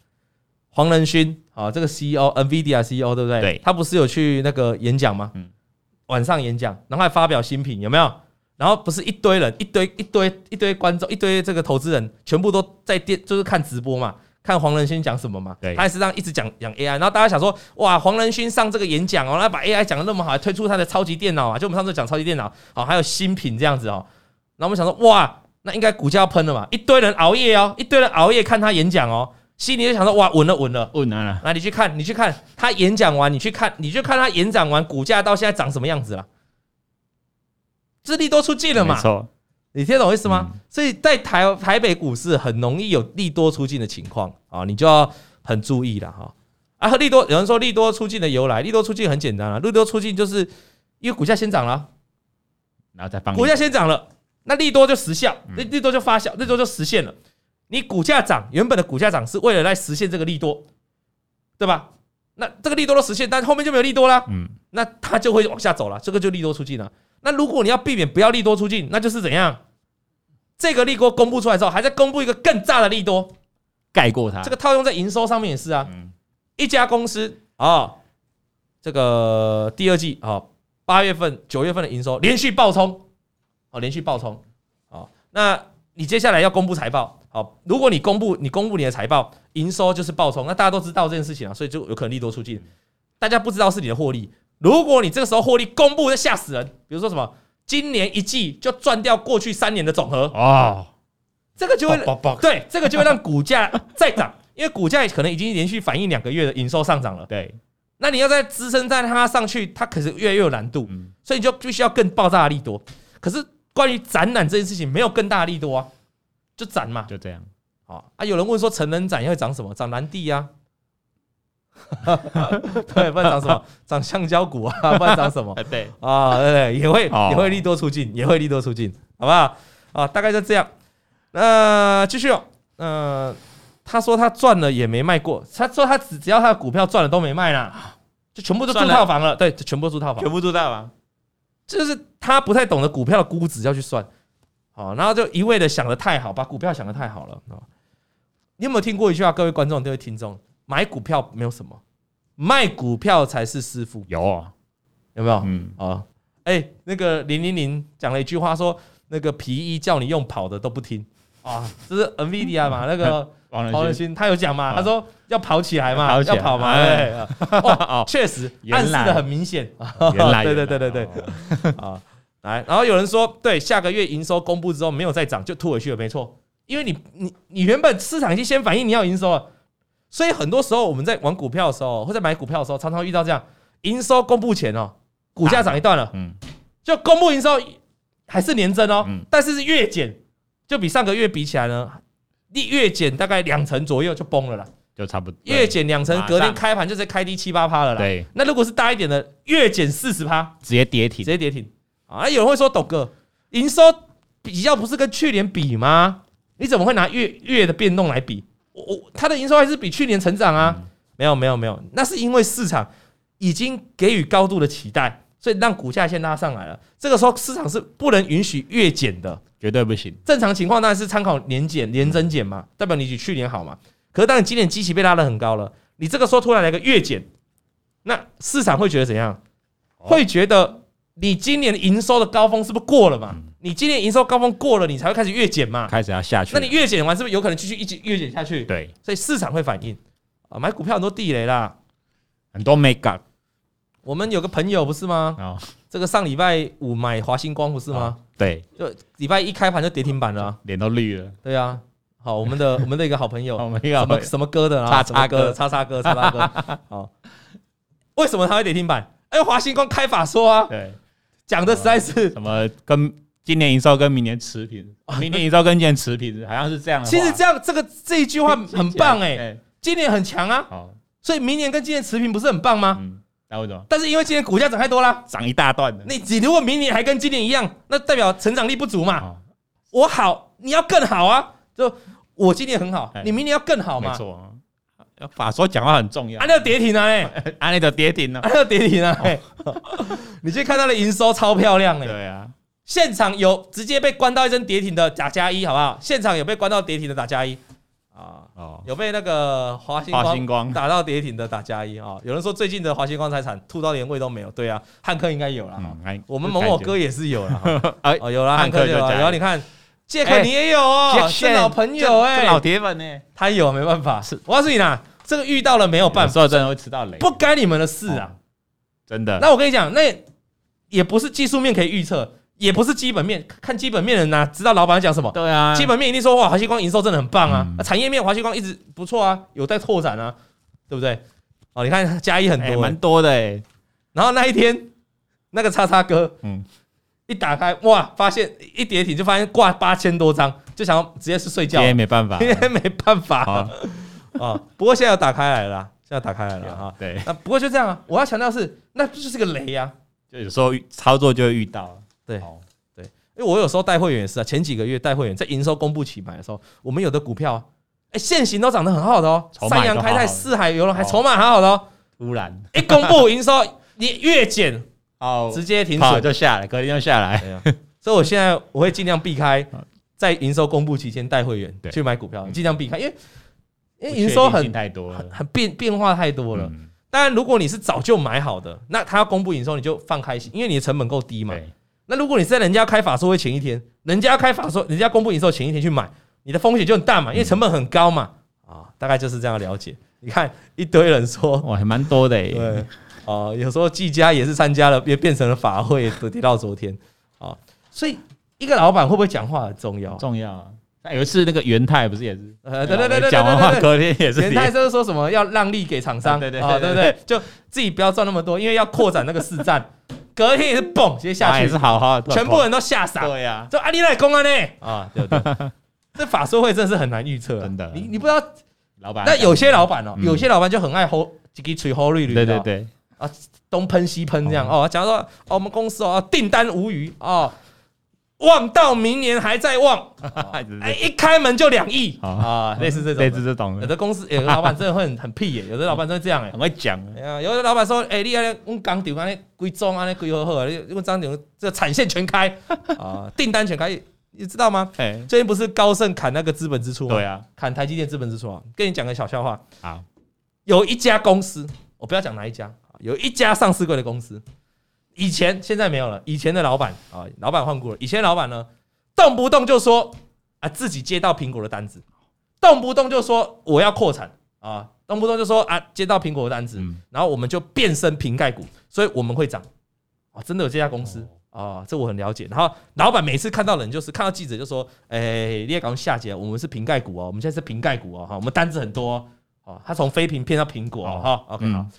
[SPEAKER 2] 黄仁勋啊、这个 CEO NVIDIA CEO 对不对？
[SPEAKER 1] 对
[SPEAKER 2] 他不是有去那个演讲吗？
[SPEAKER 1] 嗯
[SPEAKER 2] 晚上演讲，然后还发表新品，有没有？然后不是一堆人，一堆一堆一堆观众，一堆这个投资人，全部都在电，就是看直播嘛，看黄仁勋讲什么嘛。
[SPEAKER 1] 对
[SPEAKER 2] 他还是这样一直讲讲 AI，然后大家想说，哇，黄仁勋上这个演讲哦，那把 AI 讲的那么好，还推出他的超级电脑啊，就我们上次讲超级电脑，好、还有新品这样子哦。然后我们想说，哇，那应该股价要喷了嘛，一堆人熬夜哦，一堆人熬夜看他演讲哦，心里就想说，哇，稳了稳了。
[SPEAKER 1] 问啊啦，
[SPEAKER 2] 那你去看，你去看他演讲完，你去看，你就看他演讲完，股价到现在涨什么样子了？智利都出尽了嘛
[SPEAKER 1] 没，错，嗯
[SPEAKER 2] 你听懂我意思吗？所以在台台北股市很容易有利多出尽的情况啊，你就要很注意了哈。啊，利多有人说利多出尽的由来，利多出尽很简单啊，利多出尽就是因为股价先涨了啊，
[SPEAKER 1] 然后再放
[SPEAKER 2] 股价先涨了，那利多就实效，利利多就发酵，利多就实现了。你股价涨，原本的股价涨是为了来实现这个利多，对吧？那这个利多都实现，但后面就没有利多啦，
[SPEAKER 1] 嗯，
[SPEAKER 2] 那它就会往下走了，这个就利多出尽了。那如果你要避免不要利多出尽，那就是怎样？这个利多公布出来之后，还在公布一个更炸的利多，
[SPEAKER 1] 盖过它。
[SPEAKER 2] 这个套用在营收上面也是啊。
[SPEAKER 1] 嗯
[SPEAKER 2] 一家公司啊、哦这个第二季啊，八、月份、九月份的营收连续爆冲，哦，连续爆冲，哦，那你接下来要公布财报，好、如果你公布你公布你的财报，营收就是爆冲，那大家都知道这件事情啊，所以就有可能利多出
[SPEAKER 1] 嗯
[SPEAKER 2] 尽。大家不知道是你的获利，如果你这个时候获利公布，那吓死人。比如说什么，今年一季就赚掉过去三年的总和，
[SPEAKER 1] 哦，
[SPEAKER 2] 这个就会
[SPEAKER 1] 爆爆爆
[SPEAKER 2] 对，这个就会让股价再涨，因为股价可能已经连续反映两个月的营收上 涨了。
[SPEAKER 1] 对，
[SPEAKER 2] 那你要再支撑在它上去，它可是越来越有难度，
[SPEAKER 1] 嗯
[SPEAKER 2] 所以你就必须要更爆炸的力多。可是关于展览这件事情，没有更大的力多啊，就展嘛。
[SPEAKER 1] 就这样。
[SPEAKER 2] 啊啊！有人问说成人展要涨什么？涨蓝地呀、啊？对，不然涨什么？涨橡胶股啊？不然涨什么？
[SPEAKER 1] 啊，对，
[SPEAKER 2] 啊，对对，也会、
[SPEAKER 1] 哦
[SPEAKER 2] 也会利多出尽，也会利多出尽，好不好？啊，大概就这样。那、继续哦，呃，他说他赚了也没卖过，他说他只只要他的股票赚了都没卖啦，就全部都住
[SPEAKER 1] 赚了
[SPEAKER 2] 套房了，对，就全部都住套房，
[SPEAKER 1] 部都在玩。
[SPEAKER 2] 这就是他不太懂得股票的估值要去算。好，然后就一味的想的太好，把股票想的太好了啊、哦你有没有听过一句话？各位观众、各位听众，买股票没有什么，卖股票才是师傅，
[SPEAKER 1] 有哦，
[SPEAKER 2] 有没有？
[SPEAKER 1] 嗯，
[SPEAKER 2] 啊，哎、那个零零零讲了一句话说，那个皮衣叫你用跑的都不听啊，这是 NVIDIA 嘛，那 个
[SPEAKER 1] 王
[SPEAKER 2] 黄仁
[SPEAKER 1] 仁勋，
[SPEAKER 2] 勋他有讲嘛，
[SPEAKER 1] 啊
[SPEAKER 2] 他说要跑起来嘛，
[SPEAKER 1] 跑起
[SPEAKER 2] 要
[SPEAKER 1] 来
[SPEAKER 2] 跑嘛，
[SPEAKER 1] 哎
[SPEAKER 2] 对， 哦，确实
[SPEAKER 1] 原
[SPEAKER 2] 暗示
[SPEAKER 1] 来
[SPEAKER 2] 的很明显，
[SPEAKER 1] 原来
[SPEAKER 2] 对
[SPEAKER 1] 原
[SPEAKER 2] 对
[SPEAKER 1] 来
[SPEAKER 2] 对对对
[SPEAKER 1] 哦
[SPEAKER 2] 啊，来，然后有人说，对，下个月营收公布之后没有再涨，就吐回去了，没错，因为你你你原本市场已经先反应你要营收了，所以很多时候我们在玩股票的时候，或者买股票的时候，常常遇到这样，营收公布前哦，股价涨一段了，
[SPEAKER 1] 嗯，
[SPEAKER 2] 就公布营收还是年增哦，
[SPEAKER 1] 嗯
[SPEAKER 2] 但是是月减，就比上个月比起来呢，你月减大概两成左右就崩了啦，
[SPEAKER 1] 就差不多，
[SPEAKER 2] 月减两成
[SPEAKER 1] 马，上
[SPEAKER 2] 隔天开盘就是开低七八趴了啦。
[SPEAKER 1] 对，
[SPEAKER 2] 那如果是大一点的，月减四十趴，
[SPEAKER 1] 直接跌
[SPEAKER 2] 直
[SPEAKER 1] 停，
[SPEAKER 2] 接跌停啊！有人会说，董哥，营收比较不是跟去年比吗？你怎么会拿月月的变动来比？我我它的营收还是比去年成长啊？
[SPEAKER 1] 嗯
[SPEAKER 2] 没有没有没有，那是因为市场已经给予高度的期待，所以让股价先拉上来了。这个时候市场是不能允许月减的，
[SPEAKER 1] 绝对不行，
[SPEAKER 2] 正常情况当然是参考年减、年增减
[SPEAKER 1] 嗯
[SPEAKER 2] 嘛，代表你比去年好嘛。可是当你今年基期被拉得很高了，你这个时候突然来个月减，那市场会觉得怎样？
[SPEAKER 1] 哦
[SPEAKER 2] 会觉得你今年营收的高峰是不是过了嘛？你今年营收高峰过了，你才会开始月减嘛？
[SPEAKER 1] 嗯开始要下去
[SPEAKER 2] 那
[SPEAKER 1] 了，
[SPEAKER 2] 你月减完是不是有可能继续一直月减下去？
[SPEAKER 1] 对
[SPEAKER 2] 所以市场会反应啊，买股票很多地雷啦。
[SPEAKER 1] 很多 make up
[SPEAKER 2] 我们有个朋友不是吗？
[SPEAKER 1] 哦，
[SPEAKER 2] 这个上礼拜五买华星光不是
[SPEAKER 1] 啊
[SPEAKER 2] 吗？
[SPEAKER 1] 对，
[SPEAKER 2] 就礼拜一开盘就跌停板了啊、
[SPEAKER 1] 脸都绿了，
[SPEAKER 2] 对啊，好，我们的我们的一个好朋 友，
[SPEAKER 1] 哦，没
[SPEAKER 2] 什
[SPEAKER 1] 有，
[SPEAKER 2] 么什么哥的啊，
[SPEAKER 1] 叉
[SPEAKER 2] 什么
[SPEAKER 1] 叉
[SPEAKER 2] 哥，
[SPEAKER 1] 哥
[SPEAKER 2] 叉叉哥，叉叉哥。 好，为什么他会跌停板？哎，华星光开法说啊，
[SPEAKER 1] 对，
[SPEAKER 2] 讲的实在是，
[SPEAKER 1] 什么跟今年营收跟明年持平，明年营收跟今年持平，好像是这样的话，
[SPEAKER 2] 啊其实这样这个这一句话很棒哎，
[SPEAKER 1] 哎，
[SPEAKER 2] 今年很强啊，
[SPEAKER 1] 好，
[SPEAKER 2] 所以明年跟今年持平不是很棒吗？
[SPEAKER 1] 嗯，那为什么
[SPEAKER 2] 但是因为今年股价涨太多啦，
[SPEAKER 1] 涨一大段的？
[SPEAKER 2] 你你如果明年还跟今年一样，那代表成长力不足嘛。
[SPEAKER 1] 哦
[SPEAKER 2] 我好，你要更好啊，就我今年很好
[SPEAKER 1] 哎，
[SPEAKER 2] 你明年要更好
[SPEAKER 1] 没
[SPEAKER 2] 嘛。
[SPEAKER 1] 错啊，法说讲话很重要
[SPEAKER 2] 啊，，那跌停啊哎。
[SPEAKER 1] 安利的跌停了
[SPEAKER 2] 啊，，要跌停了、嘿
[SPEAKER 1] 哦
[SPEAKER 2] 你去看它的营收超漂亮哎、
[SPEAKER 1] 对啊，
[SPEAKER 2] 现场有直接被关到一针跌停的打加一，好不好？现场有被关到跌停的打加一啊，
[SPEAKER 1] 哦，
[SPEAKER 2] 有被那个华星
[SPEAKER 1] 华
[SPEAKER 2] 光
[SPEAKER 1] 星光
[SPEAKER 2] 打到跌停的打加一啊。有人说最近的华星光财产吐到连胃都没有，对啊，汉克应该有了、哈
[SPEAKER 1] 嗯，哎
[SPEAKER 2] 我们某某哥，也是有 了，哈
[SPEAKER 1] 哎
[SPEAKER 2] 哦有了汉
[SPEAKER 1] 汉克
[SPEAKER 2] 克就有
[SPEAKER 1] 就
[SPEAKER 2] 了，
[SPEAKER 1] 加一
[SPEAKER 2] 然后你看。杰克，
[SPEAKER 1] 哎
[SPEAKER 2] 你也有哦，是老朋友哎、
[SPEAKER 1] 老铁粉呢，
[SPEAKER 2] 他有没办法
[SPEAKER 1] 是。
[SPEAKER 2] 我告诉你啦，这个遇到了没有办
[SPEAKER 1] 哦有
[SPEAKER 2] 法，
[SPEAKER 1] 时候真的会吃到雷，
[SPEAKER 2] 不该你们的事啊。
[SPEAKER 1] 哦，真的，
[SPEAKER 2] 那我跟你讲，那也不是技术面可以预测，也不是基本面，看基本面的人哪、知道老板要讲什么？
[SPEAKER 1] 对啊，
[SPEAKER 2] 基本面一定说哇，华星光营收真的很棒啊，
[SPEAKER 1] 嗯
[SPEAKER 2] 那产业面华星光一直不错啊，有在拓展啊，对不对？哦，你看加一很多
[SPEAKER 1] 哎
[SPEAKER 2] 欸、
[SPEAKER 1] 蛮多的哎，
[SPEAKER 2] 然后那一天那个叉叉哥
[SPEAKER 1] 嗯，
[SPEAKER 2] 一打开哇，发现一跌停就发现挂八千多张，就想要直接是睡
[SPEAKER 1] 今
[SPEAKER 2] 觉，
[SPEAKER 1] 天没办法
[SPEAKER 2] 因，为没办法
[SPEAKER 1] 好
[SPEAKER 2] 啊、哦不过现在有打开来了啦，现在打开来了哈、啊。
[SPEAKER 1] 对，
[SPEAKER 2] 那不过就这样啊，我要强调的是，那就是个雷呀、啊。
[SPEAKER 1] 就有时候遇操作就会遇到了，
[SPEAKER 2] 对
[SPEAKER 1] 好
[SPEAKER 2] 因为我有时候带会员也是啊，前几个月带会员在营收公布期买的时候，我们有的股票、啊，哎、现行都涨得很好的哦，
[SPEAKER 1] 筹码
[SPEAKER 2] 三
[SPEAKER 1] 也
[SPEAKER 2] 阳
[SPEAKER 1] 都
[SPEAKER 2] 开泰、
[SPEAKER 1] 好好的
[SPEAKER 2] 四海游龙还
[SPEAKER 1] 哦
[SPEAKER 2] 筹码还好的 哦，
[SPEAKER 1] 突然，
[SPEAKER 2] 一公布营收，你月减
[SPEAKER 1] 哦
[SPEAKER 2] 直接停
[SPEAKER 1] 好
[SPEAKER 2] 损。
[SPEAKER 1] 就下来，隔天就下来，
[SPEAKER 2] 对啊所以我现在我会尽量避开
[SPEAKER 1] 好
[SPEAKER 2] 在营收公布期间带会员
[SPEAKER 1] 对
[SPEAKER 2] 去买股票，
[SPEAKER 1] 嗯
[SPEAKER 2] 尽量避开，因为因
[SPEAKER 1] 不
[SPEAKER 2] 为
[SPEAKER 1] 确
[SPEAKER 2] 营收
[SPEAKER 1] 定
[SPEAKER 2] 很
[SPEAKER 1] 性太多
[SPEAKER 2] 很
[SPEAKER 1] 了，
[SPEAKER 2] 很变变化太多了。
[SPEAKER 1] 嗯
[SPEAKER 2] 当然，如果你是早就买好的，那他要公布营收你就放开心，因为你的成本够低嘛。
[SPEAKER 1] 对，
[SPEAKER 2] 那如果你是在人家开法说会前一天，人家开法说，人家公布营收前一天去买，你的风险就很大嘛，因为成本很高嘛。啊，大概就是这样了解。你看一堆 人说，
[SPEAKER 1] 哇，还蛮多的哎，
[SPEAKER 2] 对，哦，有时候季家也是参加了，也变成了法会，跌到昨天啊。所以一个老板会不会讲话很重要。
[SPEAKER 1] 重要啊。那有一次那个元泰不是也是，
[SPEAKER 2] 呃，对对对对对
[SPEAKER 1] 哎讲完话
[SPEAKER 2] 对对。
[SPEAKER 1] 隔天也是
[SPEAKER 2] 前
[SPEAKER 1] 跌
[SPEAKER 2] 台就是说什么要让利给厂商，
[SPEAKER 1] 啊对对
[SPEAKER 2] 啊对
[SPEAKER 1] 对
[SPEAKER 2] 不
[SPEAKER 1] 对
[SPEAKER 2] 对？就自己不要赚那么多，因为要扩展那个市占。隔天也是蹦直接下
[SPEAKER 1] 也
[SPEAKER 2] 去
[SPEAKER 1] 是，好好的，
[SPEAKER 2] 全部人都吓傻。
[SPEAKER 1] 对呀、
[SPEAKER 2] 这阿里啊来公安呢？啊，对对， 这法说会真的是很难预测啊，
[SPEAKER 1] 真的
[SPEAKER 2] 你你不知道，
[SPEAKER 1] 老板。
[SPEAKER 2] 那有些老板哦，
[SPEAKER 1] 嗯
[SPEAKER 2] 有些老板就很爱吼，几个吹吼绿绿，
[SPEAKER 1] 对对，对，
[SPEAKER 2] 东喷西喷这样哦。假如说哦我们公司哦订单无余哦，望到明年还在望，
[SPEAKER 1] 啊、对
[SPEAKER 2] 哎，一开门就两亿
[SPEAKER 1] 好
[SPEAKER 2] 啊，类似这种
[SPEAKER 1] 类
[SPEAKER 2] 的。
[SPEAKER 1] 似这种
[SPEAKER 2] 有
[SPEAKER 1] 的，
[SPEAKER 2] 的公司有的老板真的会很很屁 耶，有的老板真的这样哎。
[SPEAKER 1] 很会讲。
[SPEAKER 2] 哎呀，有的老板说，哎、你安尼，阮工啊 厂安尼规装安尼规好好，你阮工厂这产线全开啊，订单全开，你知道吗？
[SPEAKER 1] 哎，
[SPEAKER 2] 最近不是高盛砍那个资本支出吗？
[SPEAKER 1] 对啊，嗯
[SPEAKER 2] 砍台积电资本支出啊。跟你讲个小笑话，
[SPEAKER 1] 好，
[SPEAKER 2] 有一家公司，我不要讲哪一家，有一家上市贵的公司，以前现在没有了，以前的老板啊，老板换过了，以前的老板呢，动不动就说啊自己接到苹果的单子，动不动就说我要扩产啊，动不动就说啊接到苹果的单子，
[SPEAKER 1] 嗯，
[SPEAKER 2] 然后我们就变身瓶盖股，所以我们会涨啊，真的有这家公司。
[SPEAKER 1] 哦
[SPEAKER 2] 啊、这我很了解。然后老板每次看到人，就是看到记者就说：“哎、你也赶快下节，我们是瓶盖股哦，我们现在是瓶盖股哦，哈，我们单子很多哦。哦”他从非瓶骗到苹果哦，哈、o k 好，
[SPEAKER 1] 嗯，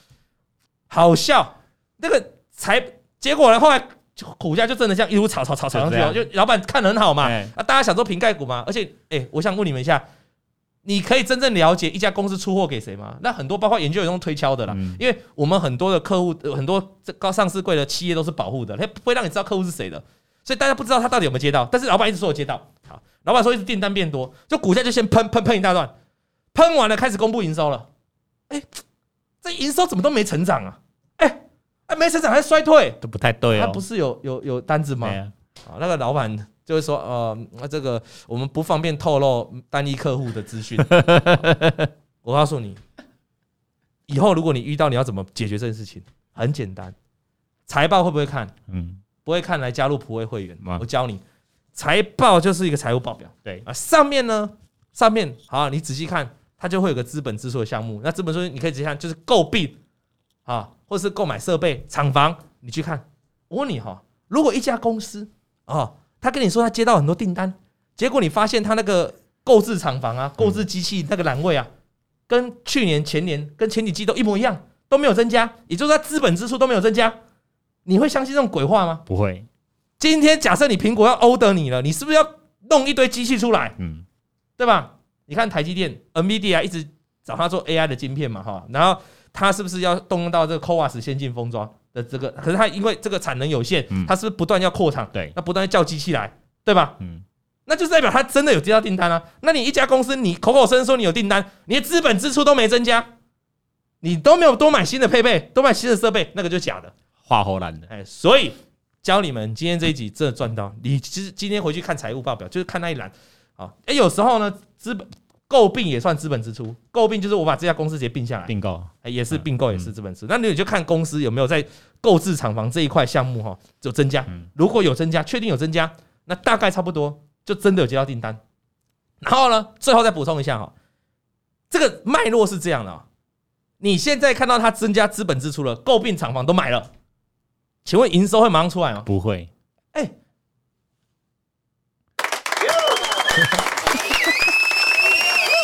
[SPEAKER 2] 好笑。那个才结果呢，后来就股价就真的这样一路炒炒炒炒上去哦，
[SPEAKER 1] 就这
[SPEAKER 2] 就老板看得很好嘛，
[SPEAKER 1] 哎
[SPEAKER 2] 啊，大家想做瓶盖股嘛，而且，哎、我想问你们一下，你可以真正了解一家公司出货给谁吗？那很多包括研究员用推敲的啦，
[SPEAKER 1] 嗯
[SPEAKER 2] 因为我们很多的客户，呃很多这高上市柜的企业都是保护的，他不会让你知道客户是谁的，所以大家不知道他到底有没有接到，但是老板一直说我接到，好，老板说一直订单变多，就股价就先喷喷喷一大段，喷完了开始公布营收了，哎、这营收怎么都没成长啊？哎、哎、没成长还衰退，
[SPEAKER 1] 都不太对
[SPEAKER 2] 他
[SPEAKER 1] 哦，
[SPEAKER 2] 不是有有有单子吗？
[SPEAKER 1] 哎呀
[SPEAKER 2] 啊，那个老板就会说，呃，那这个我们不方便透露单一客户的资讯。 我告诉你，以后如果你遇到，你要怎么解决这件事情？很简单，财报会不会看？
[SPEAKER 1] 嗯，
[SPEAKER 2] 不会看来加入普惠会员
[SPEAKER 1] 哇，
[SPEAKER 2] 我教你，财报就是一个财务报表
[SPEAKER 1] 对，
[SPEAKER 2] 啊，上面呢，上面好，你仔细看，它就会有个资本支出的项目。那资本支出你可以直接看，就是购并啊，或是购买设备、厂房，你去看。我问你哈、如果一家公司啊，他跟你说他接到很多订单，结果你发现他那个购置厂房啊、购置机器那个栏位啊，跟去年、前年、跟前几季都一模一样，都没有增加，也就是说资本支出都没有增加，你会相信这种鬼话吗？
[SPEAKER 1] 不会，
[SPEAKER 2] 今天假设你苹果要 order 你了，你是不是要弄一堆机器出来，
[SPEAKER 1] 嗯，
[SPEAKER 2] 对吧？你看台积电、NVIDIA 一直找他做 AI 的晶片嘛，哈，然后他是不是要动用到这个 CoWAS 先进封装的这个？可是他因为这个产能有限
[SPEAKER 1] 嗯，
[SPEAKER 2] 他是不是不断要扩厂？
[SPEAKER 1] 对，
[SPEAKER 2] 那不断地叫机器来，对吧？
[SPEAKER 1] 嗯，
[SPEAKER 2] 那就是代表他真的有接到订单啊。那你一家公司，你口口声声说你有订单，你的资本支出都没增加，你都没有多买新的配备，多买新的设备，那个就假的。
[SPEAKER 1] 画荷兰的，
[SPEAKER 2] 哎，所以教你们今天这一集真的赚到。你其实今天回去看财务报表，就是看那一栏啊。哎，有时候呢，资本诟病也算资本支出，诟病就是我把这家公司直接并下来，
[SPEAKER 1] 并购，
[SPEAKER 2] 哎也是并购，也是资本支出。那你就看公司有没有在购置厂房这一块项目哈有增加
[SPEAKER 1] 嗯，
[SPEAKER 2] 如果有增加，确定有增加，那大概差不多就真的有接到订单。然后呢，最后再补充一下哈，这个脉络是这样的、哦，你现在看到它增加资本支出了，诟病厂房都买了，请问营收会马上出来吗？
[SPEAKER 1] 不会，
[SPEAKER 2] 哎、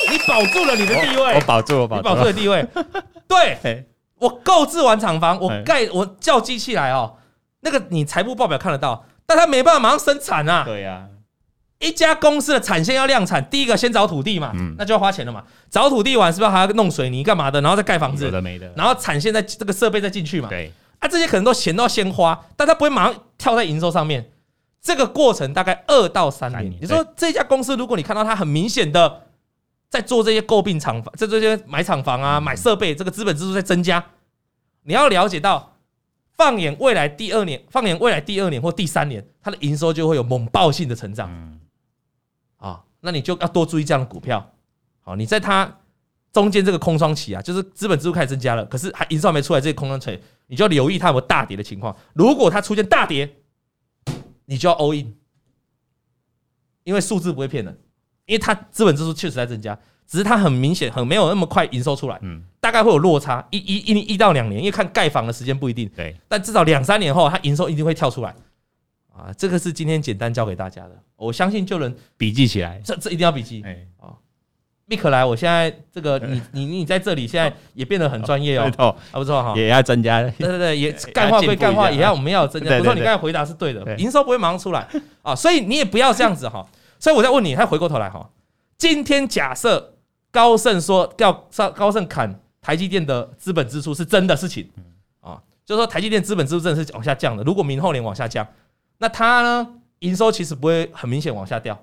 [SPEAKER 2] 你保住了你的地位
[SPEAKER 1] 哦我，保住，哎我保
[SPEAKER 2] 你保住
[SPEAKER 1] 住
[SPEAKER 2] 了，地位，对
[SPEAKER 1] 嘿
[SPEAKER 2] 我购置完厂房，我
[SPEAKER 1] 哎
[SPEAKER 2] 盖我叫机器来哦，那个你财务报表看得到，但它没办法马上生产啊。
[SPEAKER 1] 对呀，
[SPEAKER 2] 一家公司的产线要量产，第一个先找土地嘛，
[SPEAKER 1] 嗯
[SPEAKER 2] 那就要花钱了嘛。找土地完是不是还要弄水泥干嘛的，然后再盖房
[SPEAKER 1] 有
[SPEAKER 2] 子，
[SPEAKER 1] 的没的，
[SPEAKER 2] 然后产线再这个设备再进去嘛。
[SPEAKER 1] 对，
[SPEAKER 2] 啊，这些可能都钱都要先花，但它不会马上跳在营收上面。这个过程大概二到三
[SPEAKER 1] 三
[SPEAKER 2] 年。
[SPEAKER 1] 年
[SPEAKER 2] 你说这家公司，如果你看到它很明显的在做这些诟病厂房，在做这些买厂房
[SPEAKER 1] 嗯
[SPEAKER 2] 啊、买设备，这个资本支出在增加，你要了解到，放眼未来第二年，放眼未来第二年或第三年，它的营收就会有猛爆性的成长。
[SPEAKER 1] 嗯，
[SPEAKER 2] 啊，那你就要多注意这样的股票。好，你在它中间这个空窗期啊，就是资本支出开始增加了，可是还营收还没出来，这个空窗期你就要留意它有没有大跌的情况。如果它出现大跌，你就要 all in，因为数字不会骗人，因为它资本支出确实在增加，只是它很明显很没有那么快营收出来，
[SPEAKER 1] 嗯，
[SPEAKER 2] 大概会有落差一一一一到两年，因为看盖房的时间不一定。
[SPEAKER 1] 对，
[SPEAKER 2] 但至少两三年后，它营收一定会跳出来，啊，这个是今天简单教给大家的，我相信就能
[SPEAKER 1] 笔记起来，
[SPEAKER 2] 这这一定要笔记。
[SPEAKER 1] 哎，
[SPEAKER 2] 密克莱，我现在 这个你你你在这里现在也变得很专业哦
[SPEAKER 1] 对，头
[SPEAKER 2] 啊不错哈。
[SPEAKER 1] 也要增加，
[SPEAKER 2] 对 对对，也干话归干话，也要我们要有增加。
[SPEAKER 1] 啊对对对
[SPEAKER 2] 不错，你刚才回答是对的
[SPEAKER 1] 对，
[SPEAKER 2] 营收不会马上出来啊，所以你也不要这样子哈。 所以我再问你，再回过头来哈，今天假设高盛说要上高盛砍台积电的资本支出是真的事情
[SPEAKER 1] 嗯
[SPEAKER 2] 啊，就是说台积电资本支出真的是往下降的。如果明后年往下降，那它呢营收其实不会很明显往下掉，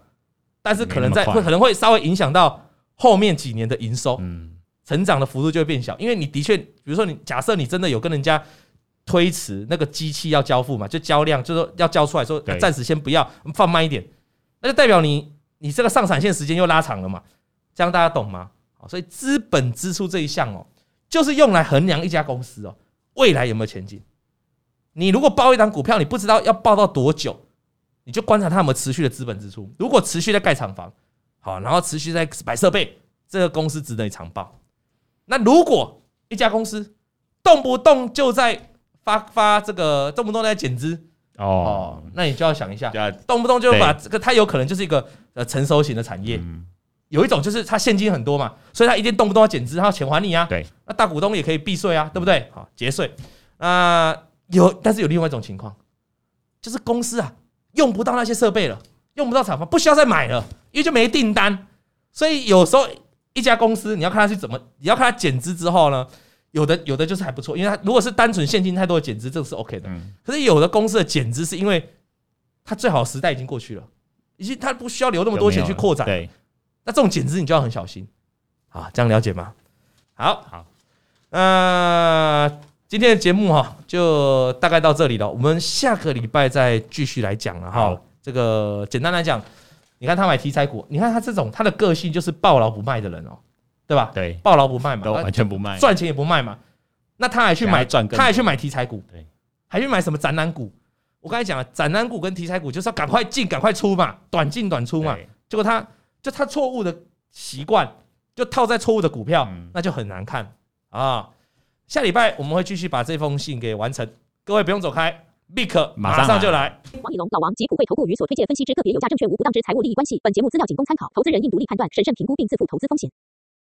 [SPEAKER 2] 但是可能在
[SPEAKER 1] 没那么
[SPEAKER 2] 会
[SPEAKER 1] 快
[SPEAKER 2] 可能会稍微影响到后面几年的营收。
[SPEAKER 1] 嗯，
[SPEAKER 2] 成长的幅度就会变小，因为你的确，比如说你假设你真的有跟人家推迟那个机器要交付嘛，就交量，就是说要交出来说啊嗯
[SPEAKER 1] 对
[SPEAKER 2] 暂时先不要，放慢一点。那就代表你你这个上产线时间又拉长了嘛，这样大家懂吗？好所以资本支出这一项哦，就是用来衡量一家公司哦未来有没有前景。你如果报一档股票，你不知道要报到多久，你就观察它有没有持续的资本支出。如果持续在盖厂房，好，然后持续在摆设备，这个公司值得你长报。那如果一家公司动不动就在发发这个，动不动在减资哦
[SPEAKER 1] 哦，，
[SPEAKER 2] 那你就要想一下，
[SPEAKER 1] 要
[SPEAKER 2] 动不动就把这个，它有可能就是一个呃成熟型的产业。
[SPEAKER 1] 嗯
[SPEAKER 2] 有一种就是它现金很多嘛，所以它一定动不动要减资，它要钱还你啊。
[SPEAKER 1] 对，嗯
[SPEAKER 2] 那大股东也可以避税啊，对不对？好，节税。那、有，但是有另外一种情况，就是公司啊用不到那些设备了，用不到厂房，不需要再买了，因为就没订单。所以有时候一家公司你要看它去怎么，你要看它减资之后呢，有的有的就是还不错，因为它如果是单纯现金太多的减资，这个是 OK 的。
[SPEAKER 1] 嗯，
[SPEAKER 2] 可是有的公司的减资是因为它最好的时代已经过去了，已经它不需要留那
[SPEAKER 1] 这
[SPEAKER 2] 么多钱去扩展。
[SPEAKER 1] 对，
[SPEAKER 2] 那这种减资你就要很小心啊，这样了解吗？好，
[SPEAKER 1] 好，
[SPEAKER 2] 那今天的节目哈就大概到这里了，我们下个礼拜再继续来讲了哈
[SPEAKER 1] 好。
[SPEAKER 2] 这个简单来讲，你看他买题材股，你看他这种他的个性就是抱牢不卖的人哦，对吧？
[SPEAKER 1] 对，
[SPEAKER 2] 抱牢不卖嘛呃
[SPEAKER 1] 都，啊完全不卖，
[SPEAKER 2] 赚钱也不卖嘛，那他还去买
[SPEAKER 1] 想要赚更多
[SPEAKER 2] 他还去买题材股，
[SPEAKER 1] 对，
[SPEAKER 2] 还去买什么展览股？我刚才讲了，展览股跟题材股就是要赶快进、赶快出嘛，短进短出嘛。
[SPEAKER 1] 对
[SPEAKER 2] 结果他就他错误的习惯，就套在错误的股票，
[SPEAKER 1] 嗯
[SPEAKER 2] 那就很难看啊。下礼拜我们会继续把这封信给完成，各位不用走开，Mick
[SPEAKER 1] 马
[SPEAKER 2] 马
[SPEAKER 1] 上
[SPEAKER 2] 上就来。
[SPEAKER 3] 王以龙、老王及普惠投顾与所推荐分析之个别有价证券无不当之财务利益关系。本节目资料仅供参考，投资人应独立判断、审慎评估并自负投资风险。